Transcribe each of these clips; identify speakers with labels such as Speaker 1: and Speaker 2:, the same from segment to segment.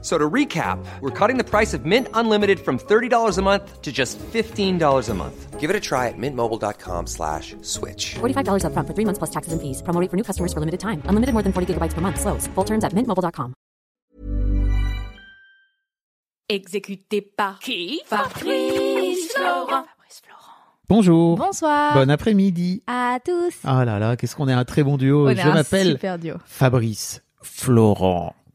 Speaker 1: So to recap, we're cutting the price of Mint Unlimited from $30 a month to just $15 a month. Give it a try at mintmobile.com slash switch.
Speaker 2: $45 upfront for three months plus taxes and fees. Promo rate for new customers for limited time. Unlimited more than 40 gigabytes per month. Slows. Full terms at mintmobile.com.
Speaker 3: Exécuté par qui Fabrice Florent.
Speaker 4: Bonjour.
Speaker 5: Bonsoir
Speaker 4: Bon après-midi.
Speaker 5: à tous.
Speaker 4: Ah là là, qu'est-ce qu'on est un très bon duo.
Speaker 5: On est
Speaker 4: Oh, Je
Speaker 5: un
Speaker 4: m'appelle
Speaker 5: super duo.
Speaker 4: Fabrice Florent.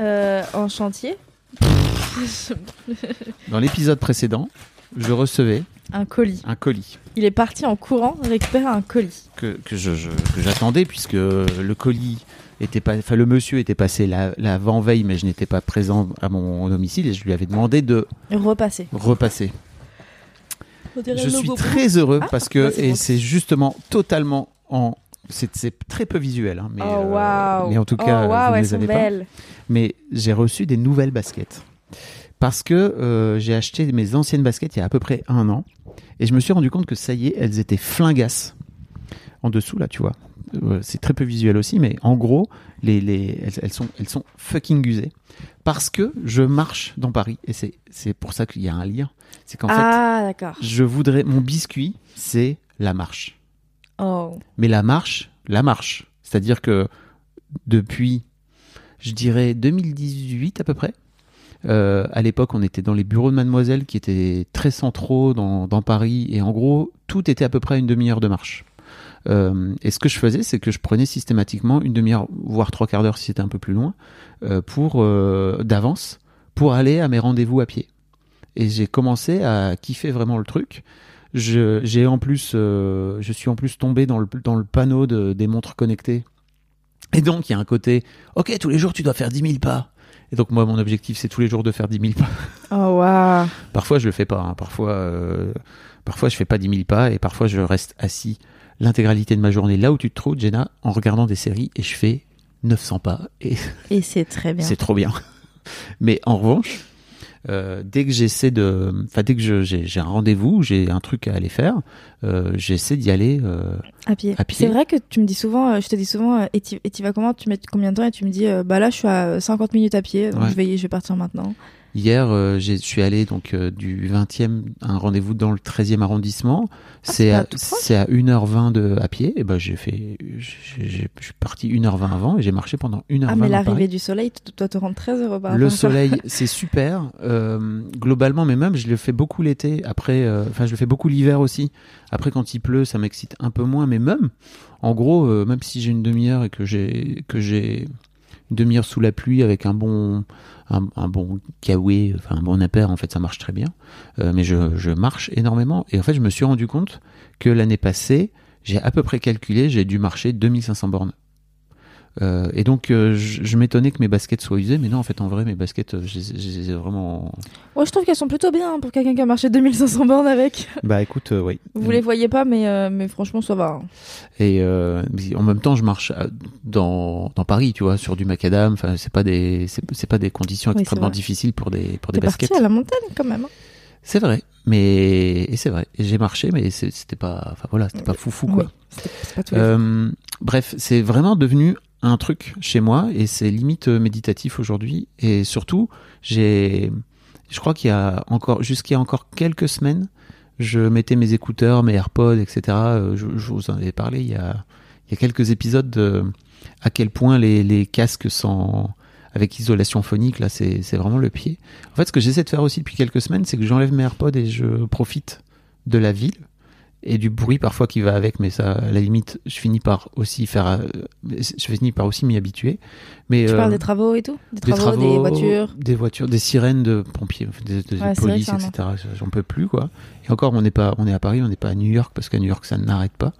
Speaker 6: Euh, en chantier
Speaker 4: Dans l'épisode précédent, je recevais
Speaker 6: Un colis.
Speaker 4: un colis
Speaker 6: Il est parti en courant récupérer un colis.
Speaker 4: que, que je- je- que j'attendais puisque le colis était pas, enfin le monsieur était passé la- l'avant veille, mais je n'étais pas présent à mon domicile et je lui avais demandé de
Speaker 6: Repasser.
Speaker 4: repasser. Je suis très heureux parce que
Speaker 6: bah c'est
Speaker 4: et
Speaker 6: bon.
Speaker 4: c'est justement totalement en c'est c'est très peu visuel hein, mais
Speaker 6: Oh
Speaker 4: euh,
Speaker 6: waouh.
Speaker 4: mais en tout cas
Speaker 6: oh, waouh,
Speaker 4: vous ne
Speaker 6: elles
Speaker 4: les
Speaker 6: sont
Speaker 4: avez pas.
Speaker 6: belles.
Speaker 4: mais j'ai reçu des nouvelles baskets. Parce que euh, j'ai acheté mes anciennes baskets il y a à peu près un an. Et je me suis rendu compte que ça y est, elles étaient flingasses. En dessous, là, tu vois. Euh, c'est très peu visuel aussi, mais en gros, les, les, elles, elles sont, elles sont fucking usées. Parce que je marche dans Paris. Et c'est c'est pour ça qu'il y a un lien. C'est qu'en
Speaker 6: ah, d'accord.
Speaker 4: fait, je voudrais. Mon biscuit, c'est la marche.
Speaker 6: Oh.
Speaker 4: Mais la marche, la marche. C'est-à-dire que depuis, je dirais 2018 à peu près, euh, à l'époque, on était dans les bureaux de Mademoiselle qui étaient très centraux dans, dans Paris. Et en gros, tout était à peu près à une demi-heure de marche. Euh, et ce que je faisais, c'est que je prenais systématiquement une demi-heure, voire trois quarts d'heure si c'était un peu plus loin, euh, pour euh, d'avance, pour aller à mes rendez-vous à pied. Et j'ai commencé à kiffer vraiment le truc. Je, j'ai en plus, euh, je suis en plus tombé dans le, dans le panneau de- des montres connectées. Et donc, il y a un côté, ok, tous les jours, tu dois faire 10 000 pas. Et donc, moi, mon objectif, c'est tous les jours de faire 10 000 pas.
Speaker 6: Oh, waouh.
Speaker 4: Parfois, je le fais pas. hein. Parfois, euh, parfois, je fais pas 10 000 pas et parfois, je reste assis l'intégralité de ma journée là où tu te trouves, Jenna, en regardant des séries et je fais 900 pas. Et
Speaker 6: Et c'est très bien.
Speaker 4: c'est trop bien. Mais en revanche, euh, dès que j'essaie de, enfin dès que je- j'ai j'ai un rendez-vous, j'ai un truc à aller faire, euh, j'essaie d'y aller. euh,
Speaker 6: À pied.
Speaker 4: à pied.
Speaker 6: C'est vrai que tu me dis souvent, euh, je te dis souvent, euh, et tu et tu vas comment Tu mets combien de temps Et tu me dis, euh, bah là, je suis à 50 minutes à pied, donc
Speaker 4: Ouais.
Speaker 6: je, vais, y- je vais partir maintenant.
Speaker 4: Hier, euh, j'ai- je suis allé donc euh, du 20e à un rendez-vous dans le 13e arrondissement. c'est
Speaker 6: Ah, c'est
Speaker 4: à,
Speaker 6: pas tout proche.
Speaker 4: c'est à 1h20 de à pied. Et ben j'ai fait, j'ai- j'ai- je suis parti 1h20 avant et j'ai marché pendant 1h20.
Speaker 6: Ah, mais
Speaker 4: dans Paris.
Speaker 6: l'arrivée du soleil, tu dois te rendre très heureux par
Speaker 4: Le
Speaker 6: rapport à ça.
Speaker 4: soleil, c'est super. Euh, globalement, mais même, je le fais beaucoup l'été. Après, euh, enfin, je le fais beaucoup l'hiver aussi. Après, quand il pleut, ça m'excite un peu moins. Mais même, en gros, euh, même si j'ai une demi-heure et que j'ai que j'ai une demi-heure sous la pluie avec un bon un, un bon kawaii, enfin un bon appert, en fait, ça marche très bien. Euh, mais je, je marche énormément. Et en fait, je me suis rendu compte que l'année passée, j'ai à peu près calculé, j'ai dû marcher 2500 bornes. Euh, et donc, euh, je, je m'étonnais que mes baskets soient usées, mais non, en fait, en vrai, mes baskets, euh, je les ai- je les ai vraiment.
Speaker 6: Ouais, je trouve qu'elles sont plutôt bien hein, pour quelqu'un qui a marché 2500 bornes avec.
Speaker 4: Bah écoute, oui.
Speaker 6: Vous les voyez pas, mais, euh, mais franchement, ça va. hein.
Speaker 4: Et euh, mais en même temps, je marche à- dans, dans Paris, tu vois, sur du macadam. Enfin, c'est pas des c'est c'est pas des conditions
Speaker 6: Oui, c'est
Speaker 4: extrêmement
Speaker 6: vrai.
Speaker 4: difficiles pour des pour des
Speaker 6: T'es
Speaker 4: baskets.
Speaker 6: parti à la montagne quand même. hein.
Speaker 4: C'est vrai, mais et c'est vrai. Et J'ai marché, mais c'est- c'était pas enfin voilà, c'était pas foufou quoi.
Speaker 6: Oui, c'est c'est pas tous les jours.
Speaker 4: Euh, bref, Euh, c'est vraiment devenu un truc chez moi et c'est limite euh, méditatif aujourd'hui. Et surtout, j'ai, je crois qu'il y a encore, jusqu'il y a encore quelques semaines, je mettais mes écouteurs, mes AirPods, etc. Euh, Je, je vous en avais parlé il y a, il y a quelques épisodes de à quel point les, les casques sans, avec isolation phonique, là, c'est c'est vraiment le pied. En fait, ce que j'essaie de faire aussi depuis quelques semaines, c'est que j'enlève mes AirPods et je profite de la ville et du bruit parfois qui va avec, mais ça, à la limite, je finis par aussi faire, euh, je finis par aussi m'y habituer. Mais
Speaker 6: Tu
Speaker 4: euh,
Speaker 6: parles des travaux et tout Des travaux, des, voitures
Speaker 4: des voitures, des sirènes de pompiers, des, des
Speaker 6: Ouais, c'est vrai que
Speaker 4: polices,
Speaker 6: c'est un
Speaker 4: etc. J'en peux plus quoi. Et encore, on n'est pas, on est à Paris, on n'est pas à New York parce qu'à New York ça n'arrête pas.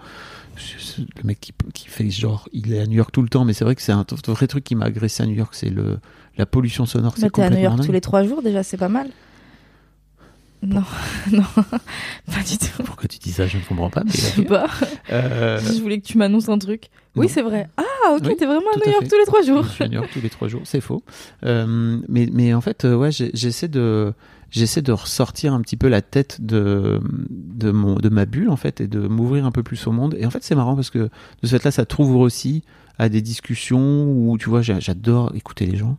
Speaker 4: C'est- c'est Le mec qui, qui fait genre, il est à New York tout le temps, mais c'est vrai que c'est un t- vrai truc qui m'a agressé à New York, c'est le la pollution sonore.
Speaker 6: Bah,
Speaker 4: c'est
Speaker 6: t'es à
Speaker 4: complètement
Speaker 6: New York
Speaker 4: dingue.
Speaker 6: tous les trois jours déjà, c'est pas mal. Non, non, pas du tout.
Speaker 4: Pourquoi tu dis ça Je ne comprends pas. mais-
Speaker 6: Je sais pas.
Speaker 4: Euh,
Speaker 6: Je voulais que tu m'annonces un truc. Oui,
Speaker 4: non.
Speaker 6: c'est vrai. Ah, ok,
Speaker 4: Oui,
Speaker 6: t'es vraiment
Speaker 4: tout
Speaker 6: à
Speaker 4: à
Speaker 6: New York
Speaker 4: fait.
Speaker 6: tous les trois jours.
Speaker 4: Je suis à New York tous les trois jours, c'est faux. Euh, mais, mais en fait, euh, ouais, j'ai- j'essaie de j'essaie de ressortir un petit peu la tête de de mon de ma bulle en fait et de m'ouvrir un peu plus au monde. Et en fait, c'est marrant parce que de ce fait-là, ça t'ouvre aussi à des discussions où tu vois, j'a- j'adore écouter les gens.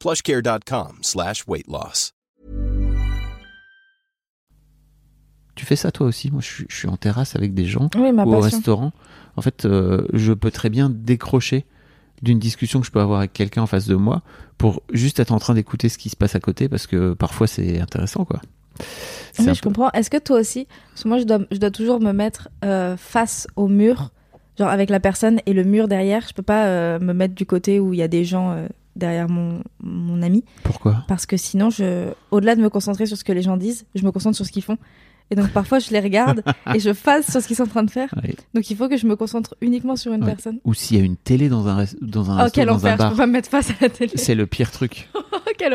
Speaker 7: plushcare.com slash weight loss.
Speaker 4: Tu fais ça toi aussi Moi, je, suis- je suis en terrasse avec des gens
Speaker 6: Oui, ma
Speaker 4: ou au
Speaker 6: passion.
Speaker 4: restaurant. En fait, euh, je peux très bien décrocher d'une discussion que je peux avoir avec quelqu'un en face de moi pour juste être en train d'écouter ce qui se passe à côté parce que parfois c'est intéressant quoi. C'est
Speaker 6: Oui,
Speaker 4: un
Speaker 6: je
Speaker 4: peu-
Speaker 6: comprends. Est-ce que toi aussi, parce que moi, je dois, je dois toujours me mettre euh, face au mur, genre avec la personne et le mur derrière. Je peux pas euh, me mettre du côté où il y a des gens euh, derrière mon, mon ami,
Speaker 4: Pourquoi
Speaker 6: parce que sinon, je, au-delà de me concentrer sur ce que les gens disent, je me concentre sur ce qu'ils font. Et donc parfois, je les regarde et je passe sur ce qu'ils sont en train de faire.
Speaker 4: Ouais.
Speaker 6: Donc il faut que je me concentre uniquement sur une
Speaker 4: Ouais.
Speaker 6: personne.
Speaker 4: Ou s'il y a une télé dans un res- dans un
Speaker 6: Oh,
Speaker 4: resto,
Speaker 6: quel
Speaker 4: dans un
Speaker 6: enfer, je peux
Speaker 4: bar,
Speaker 6: pas me mettre face à la télé.
Speaker 4: c'est le pire truc.
Speaker 6: Oh, quel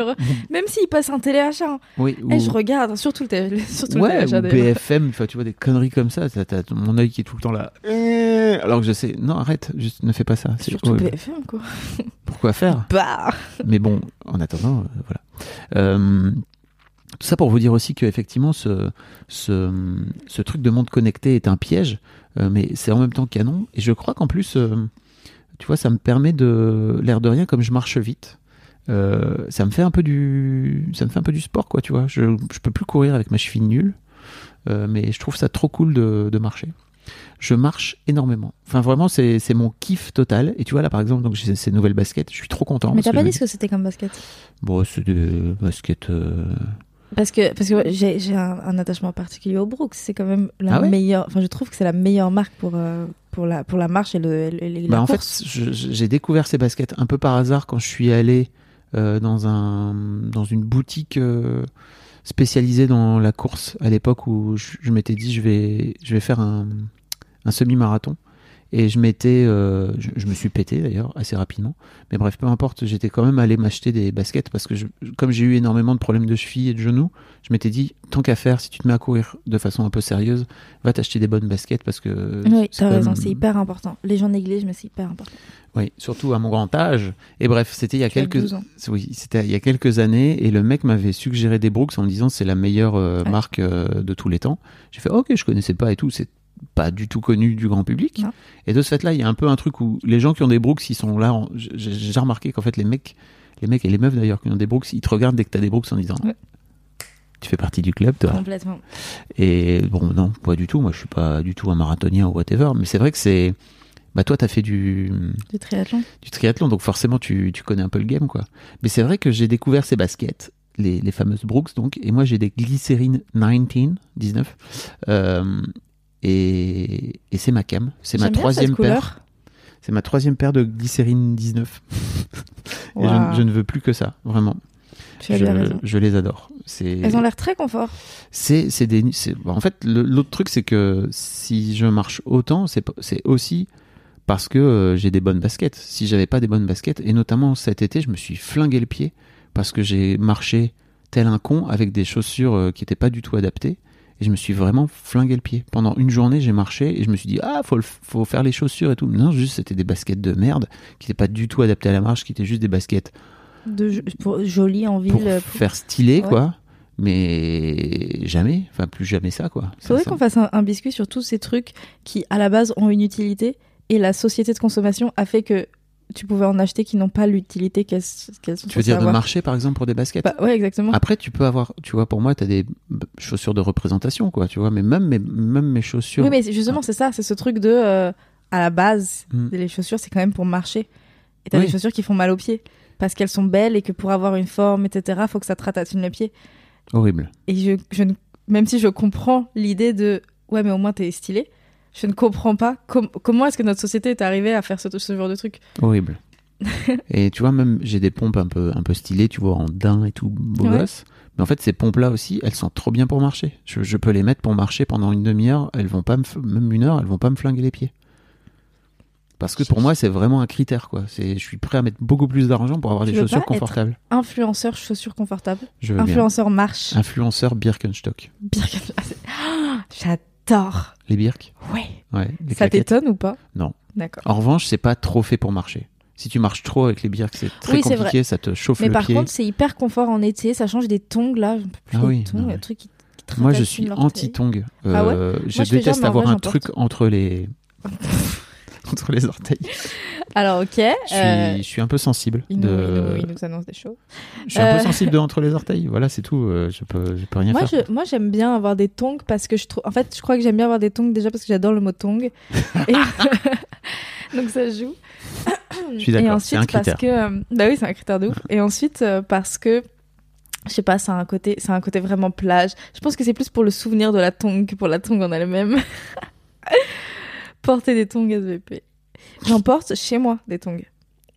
Speaker 6: heureux. Même s'il passe un téléachat, hein.
Speaker 4: Oui.
Speaker 6: Eh,
Speaker 4: ou-
Speaker 6: je regarde, surtout le, télé- surtout le H&M.
Speaker 4: Ouais,
Speaker 6: téléachat
Speaker 4: ou
Speaker 6: d'ailleurs.
Speaker 4: BFM, enfin, tu vois des conneries comme ça, t'as, t'as mon œil qui est tout le temps là. Euh, Alors que je sais, non arrête, juste ne fais pas ça. C'est
Speaker 6: Surtout
Speaker 4: horrible.
Speaker 6: BFM, quoi.
Speaker 4: Pourquoi faire
Speaker 6: Bah
Speaker 4: Mais bon, en attendant, euh, voilà. Euh, tout ça pour vous dire aussi que effectivement, ce, ce, ce truc de monde connecté est un piège, euh, mais c'est en même temps canon. Et je crois qu'en plus, euh, tu vois, ça me permet de l'air de rien, comme je marche vite. euh, ça me fait un peu du ça me fait un peu du sport quoi tu vois je, je peux plus courir avec ma cheville nulle euh, mais je trouve ça trop cool de, de marcher je marche énormément enfin vraiment c'est c'est mon kiff total et tu vois là par exemple donc j'ai ces nouvelles baskets je suis trop content
Speaker 6: Mais
Speaker 4: parce
Speaker 6: t'as
Speaker 4: que
Speaker 6: pas
Speaker 4: je me
Speaker 6: dit ce que c'était comme basket
Speaker 4: Bon, c'est des baskets. euh,
Speaker 6: Parce que, parce que ouais, j'ai j'ai un, un attachement particulier au Brooks. C'est quand même la
Speaker 4: Ah ouais
Speaker 6: meilleure. Enfin, je trouve que c'est la meilleure marque pour, euh, pour, la, pour la marche et, le, et le- et la
Speaker 4: Bah, en
Speaker 6: course.
Speaker 4: fait, je- je- j'ai découvert ces baskets un peu par hasard quand je suis allé euh, dans, un, dans une boutique euh, spécialisée dans la course à l'époque où je, je m'étais dit je vais, je vais faire un, un semi-marathon. Et je m'étais. euh, je, je me suis pété d'ailleurs assez rapidement. Mais bref, peu importe, j'étais quand même allé m'acheter des baskets parce que je- comme j'ai eu énormément de problèmes de cheville et de genoux, je m'étais dit tant qu'à faire, si tu te mets à courir de façon un peu sérieuse, va t'acheter des bonnes baskets parce que.
Speaker 6: oui,
Speaker 4: c'est
Speaker 6: t'as
Speaker 4: quand
Speaker 6: raison,
Speaker 4: même-
Speaker 6: c'est hyper important. Les gens négligent, mais c'est hyper important.
Speaker 4: Oui, surtout à mon grand âge. Et bref, c'était il y a
Speaker 6: Tu as
Speaker 4: quelques
Speaker 6: 12 ans.
Speaker 4: oui, c'était il y a quelques années et le mec m'avait suggéré des Brooks en me disant c'est la meilleure euh,
Speaker 6: Ouais.
Speaker 4: marque euh, de tous les temps. J'ai fait OK, je connaissais pas et tout, c'est pas du tout connu du grand public.
Speaker 6: Non.
Speaker 4: Et de ce fait-là, il y a un peu un truc où les gens qui ont des Brooks, ils sont là en- j'ai- j'ai remarqué qu'en fait les mecs les mecs et les meufs d'ailleurs qui ont des Brooks, ils te regardent dès que tu as des Brooks en disant
Speaker 6: Ouais.
Speaker 4: Tu fais partie du club toi.
Speaker 6: Complètement.
Speaker 4: Et bon, non, pas du tout. Moi, je suis pas du tout un marathonien ou whatever. Mais c'est vrai que c'est Bah toi, t'as fait du,
Speaker 6: du triathlon.
Speaker 4: du triathlon, donc forcément tu, tu connais un peu le game, quoi. Mais c'est vrai que j'ai découvert ces baskets, les, les fameuses Brooks, donc, et moi j'ai des glycérines 19, 19, euh, et, et c'est ma cam, c'est ma
Speaker 6: J'aime bien
Speaker 4: troisième
Speaker 6: cette
Speaker 4: paire.
Speaker 6: couleur.
Speaker 4: C'est ma troisième paire de glycérine 19. et je,
Speaker 6: Waouh.
Speaker 4: je ne veux plus que ça, vraiment.
Speaker 6: Tu as bien
Speaker 4: Je,
Speaker 6: raison.
Speaker 4: je les adore. C'est
Speaker 6: Elles ont l'air très confort.
Speaker 4: c'est c'est des c'est- en fait le- l'autre truc c'est que si je marche autant c'est pas- c'est aussi parce que euh, j'ai des bonnes baskets si j'avais pas des bonnes baskets et notamment cet été je me suis flingué le pied parce que j'ai marché tel un con avec des chaussures euh, qui n'étaient pas du tout adaptées et je me suis vraiment flingué le pied pendant une journée j'ai marché et je me suis dit ah faut le- faut faire les chaussures et tout non juste c'était des baskets de merde qui n'étaient pas du tout adaptées à la marche qui étaient juste des baskets
Speaker 6: De, jo- pour, jolies en ville.
Speaker 4: pour
Speaker 6: euh, pour-
Speaker 4: faire stylé
Speaker 6: ouais.
Speaker 4: quoi mais jamais enfin plus jamais ça quoi
Speaker 6: Il faudrait
Speaker 4: Ça, ça-
Speaker 6: qu'on fasse un, un biscuit sur tous ces trucs qui, à la base, ont une utilité et la société de consommation a fait que tu pouvais en acheter qui n'ont pas l'utilité qu'elles qu'elles sont
Speaker 4: Tu veux dire Ah, de
Speaker 6: censées avoir.
Speaker 4: marché par exemple pour des baskets
Speaker 6: Bah, Ouais, exactement.
Speaker 4: Après tu peux avoir, tu vois, pour moi tu as des b- chaussures de représentation quoi, tu vois, mais même mes, même mes chaussures.
Speaker 6: Oui, mais c'est- justement,
Speaker 4: Ah.
Speaker 6: c'est ça, c'est ce truc de. euh, à la base,
Speaker 4: Mm.
Speaker 6: les chaussures, c'est quand même pour marcher. Et t'as
Speaker 4: Oui.
Speaker 6: des chaussures qui font mal aux pieds. Parce qu'elles sont belles et que pour avoir une forme, etc., faut que ça te ratatine le pied.
Speaker 4: Horrible.
Speaker 6: Et je, je ne- même si je comprends l'idée de. Ouais, mais au moins t'es stylé. Je ne comprends pas com- comment est-ce que notre société est arrivée à faire ce, ce genre de truc.
Speaker 4: Horrible. et tu vois même j'ai des pompes un peu un peu stylées, tu vois en daim et tout beau
Speaker 6: Ouais.
Speaker 4: gosse. Mais en fait ces pompes là aussi, elles sont trop bien pour marcher. Je, je peux les mettre pour marcher pendant une demi-heure, elles vont pas me f- même une heure, elles vont pas me flinguer les pieds. Parce que pour moi c'est vraiment un critère quoi. C'est je suis prêt à mettre beaucoup plus d'argent pour avoir
Speaker 6: Tu
Speaker 4: des
Speaker 6: veux
Speaker 4: chaussures
Speaker 6: pas être
Speaker 4: confortables.
Speaker 6: Influenceur chaussures confortables.
Speaker 4: Je veux bien. Ah.
Speaker 6: Influenceur marche.
Speaker 4: Influenceur Birkenstock.
Speaker 6: Birken- Ah, c'est- Ah, J'adore.
Speaker 4: Les Birks.
Speaker 6: Ouais.
Speaker 4: Ouais, les
Speaker 6: Ça
Speaker 4: claquettes.
Speaker 6: t'étonne ou pas
Speaker 4: Non.
Speaker 6: D'accord.
Speaker 4: En revanche, c'est pas trop fait pour marcher. Si tu marches trop avec les birks, c'est très
Speaker 6: Oui, c'est
Speaker 4: compliqué, ça te chauffe
Speaker 6: Mais
Speaker 4: le
Speaker 6: par
Speaker 4: pied.
Speaker 6: contre, c'est hyper confort en été. Ça change des tongs là. Je ne peux plus
Speaker 4: Ah
Speaker 6: des
Speaker 4: oui,
Speaker 6: tongs,
Speaker 4: non,
Speaker 6: un
Speaker 4: mais-
Speaker 6: truc qui, qui te
Speaker 4: Moi, je
Speaker 6: ratatine
Speaker 4: suis
Speaker 6: l'orteil.
Speaker 4: anti-tongue. Euh,
Speaker 6: Ah ouais
Speaker 4: je
Speaker 6: Moi, je fais
Speaker 4: déteste
Speaker 6: jamais, en
Speaker 4: avoir
Speaker 6: vrai,
Speaker 4: un
Speaker 6: j'en porte.
Speaker 4: truc entre les entre les orteils.
Speaker 6: Alors ok.
Speaker 4: Je suis,
Speaker 6: euh,
Speaker 4: je suis un peu sensible.
Speaker 6: il, nous, il nous-
Speaker 4: De...
Speaker 6: il nous annonce des choses.
Speaker 4: Je suis un peu
Speaker 6: Euh.
Speaker 4: sensible de entre les orteils. Voilà, c'est tout. euh, Je peux, je peux rien
Speaker 6: Moi,
Speaker 4: faire.
Speaker 6: je- moi, j'aime bien avoir des tongs parce que je trouve. En fait, je crois que j'aime bien avoir des tongs déjà parce que j'adore le mot tong. Et- Donc ça joue.
Speaker 4: Je suis
Speaker 6: Et
Speaker 4: d'accord, c'est
Speaker 6: ensuite
Speaker 4: un
Speaker 6: parce
Speaker 4: critère.
Speaker 6: que euh, bah oui, c'est un critère de ouf. Et ensuite euh, parce que je sais pas, c'est un côté, c'est un côté vraiment plage. Je pense que c'est plus pour le souvenir de la tong que pour la tong en elle-même. Porter des tongs SVP. J'en porte chez moi des tongs.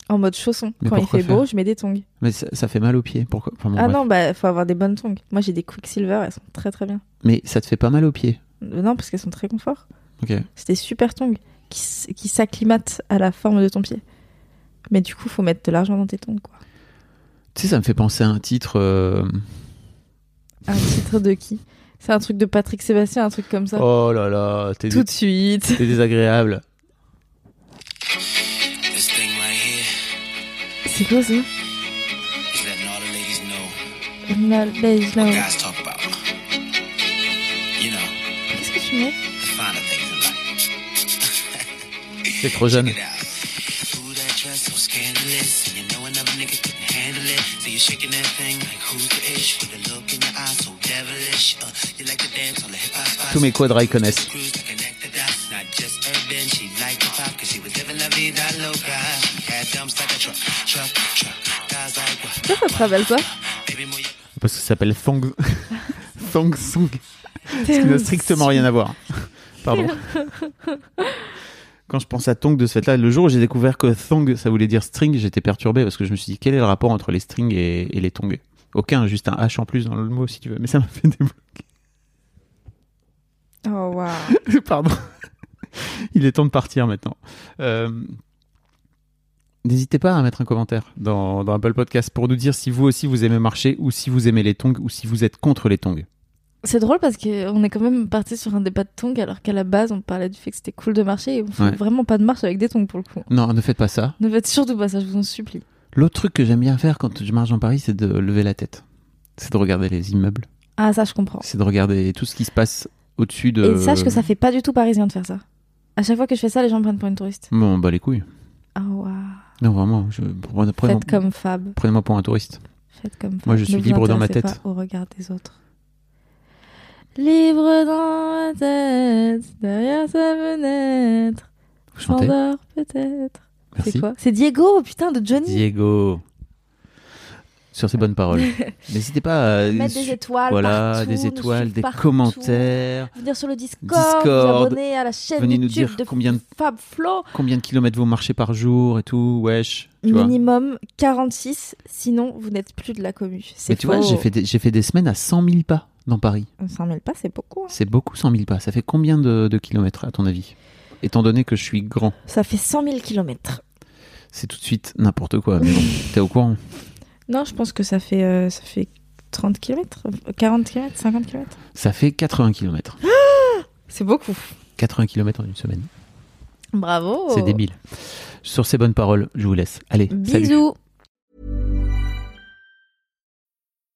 Speaker 6: En mode chausson.
Speaker 4: Mais
Speaker 6: Quand il
Speaker 4: pourquoi
Speaker 6: fait beau, je mets des tongs.
Speaker 4: Mais ça, ça fait mal aux pieds. Pourquoi Enfin, bon,
Speaker 6: ah
Speaker 4: bref.
Speaker 6: non, bah faut avoir des bonnes tongs. Moi j'ai des Quicksilver, elles sont très très bien.
Speaker 4: Mais ça te fait pas mal aux pieds.
Speaker 6: Euh, Non, parce qu'elles sont très confort.
Speaker 4: Ok.
Speaker 6: C'est des super tongs qui, s- qui s'acclimatent à la forme de ton pied. Mais du coup, faut mettre de l'argent dans tes tongs, quoi.
Speaker 4: Tu sais, ça me fait penser à un titre. euh,
Speaker 6: Un titre de qui C'est un truc de Patrick Sébastien, un truc comme ça.
Speaker 4: Oh là là, t'es
Speaker 6: Tout de suite.
Speaker 4: t'es désagréable.
Speaker 8: This thing right here
Speaker 6: C'est quoi ça
Speaker 8: is letting all the ladies know
Speaker 6: La- la-
Speaker 8: what
Speaker 6: la-
Speaker 8: guys talk about. You know,
Speaker 6: Qu'est-ce que tu mets
Speaker 8: the finer things in life.
Speaker 4: C'est trop jeune.
Speaker 8: Get out. Ooh, that dress so scandalous. And you know another nigga couldn't handle it. So you're shaking that thing like who's the ish? With a look in your eyes so devilish. Uh, you like to dance on the hip hop spots.
Speaker 4: Tous mes quadras, ils connaissent.
Speaker 8: Cruise to connect the dots. Not just urban, she liked the pop. Cause she was living la vida loca. She had dumps like a truck, truck, truck. Guys like what?
Speaker 6: Pourquoi ça te rappelle ça
Speaker 8: Baby, move your
Speaker 4: Parce que ça s'appelle Thong... Thong Song. Ce qui n'a strictement rien à voir. Pardon. Quand je pense à Thong de ce fait-là, le jour où j'ai découvert que Thong, ça voulait dire string, j'étais perturbé parce que je me suis dit, quel est le rapport entre les strings et, et les tongs Aucun, juste un H en plus dans le mot si tu veux. Mais ça m'a fait des...
Speaker 6: Oh, waouh.
Speaker 4: Pardon. Il est temps de partir maintenant. Euh, N'hésitez pas à mettre un commentaire dans, dans Apple Podcast pour nous dire si vous aussi vous aimez marcher ou si vous aimez les tongs ou si vous êtes contre les tongs.
Speaker 6: C'est drôle parce qu'on est quand même parti sur un débat de tongs alors qu'à la base, on parlait du fait que c'était cool de marcher et on fait
Speaker 4: Ouais.
Speaker 6: vraiment pas de marche avec des tongs pour le coup.
Speaker 4: Non, ne faites pas ça.
Speaker 6: Ne faites surtout pas ça, je vous en supplie.
Speaker 4: L'autre truc que j'aime bien faire quand je marche dans Paris, c'est de lever la tête. C'est de regarder les immeubles.
Speaker 6: Ah, ça, je comprends.
Speaker 4: C'est de regarder tout ce qui se passe au-dessus de.
Speaker 6: Et sache que ça fait pas du tout parisien de faire ça. À chaque fois que je fais ça, les gens me prennent pour une touriste.
Speaker 4: Bon, bah les couilles.
Speaker 6: Ah waouh.
Speaker 4: Non, vraiment. Je... prenez- Prenez-moi
Speaker 6: Faites comme Fab.
Speaker 4: prenez-moi pour un touriste.
Speaker 6: Faites comme Fab.
Speaker 4: Moi, je
Speaker 6: Ne
Speaker 4: suis
Speaker 6: vous
Speaker 4: libre dans ma
Speaker 6: intéressez
Speaker 4: tête.
Speaker 6: Pas au regard des autres. Libre dans ma tête, derrière sa fenêtre.
Speaker 4: Vous chantez
Speaker 6: J'endors peut-être. C'est
Speaker 4: Merci.
Speaker 6: quoi C'est Diego, putain, de Johnny.
Speaker 4: Diego. Sur ces bonnes paroles. N'hésitez pas à
Speaker 5: Mettre des
Speaker 4: su-
Speaker 5: étoiles
Speaker 4: voilà,
Speaker 5: partout,
Speaker 4: des
Speaker 5: nous
Speaker 4: étoiles,
Speaker 5: suivre
Speaker 4: des
Speaker 5: partout,
Speaker 4: commentaires.
Speaker 5: Venir sur le Discord, vous
Speaker 4: Discord.
Speaker 5: abonner à la chaîne
Speaker 4: Venez nous
Speaker 5: YouTube
Speaker 4: dire
Speaker 5: de
Speaker 4: combien de-
Speaker 5: Fab Flo.
Speaker 4: Combien de kilomètres vous marchez par jour et tout, wesh, tu vois.
Speaker 6: Minimum 46, sinon vous n'êtes plus de la commu. C'est
Speaker 4: Mais tu vois,
Speaker 6: faux.
Speaker 4: j'ai fait, des, j'ai fait des semaines à 100 000 pas dans Paris.
Speaker 6: 100 000 pas, c'est beaucoup. hein.
Speaker 4: C'est beaucoup 100 000 pas. Ça fait combien de, de kilomètres, à ton avis Étant donné que je suis grand,
Speaker 6: Ça fait 100 000 kilomètres.
Speaker 4: c'est tout de suite n'importe quoi. Mais bon, t'es au courant
Speaker 6: Non, je pense que ça fait, euh, ça fait 30 kilomètres, 40 kilomètres, 50 kilomètres.
Speaker 4: Ça fait 80 kilomètres.
Speaker 6: C'est beaucoup.
Speaker 4: 80 kilomètres en une semaine.
Speaker 6: Bravo.
Speaker 4: C'est débile. Sur ces bonnes paroles, je vous laisse. Allez, salut.
Speaker 6: Bisous.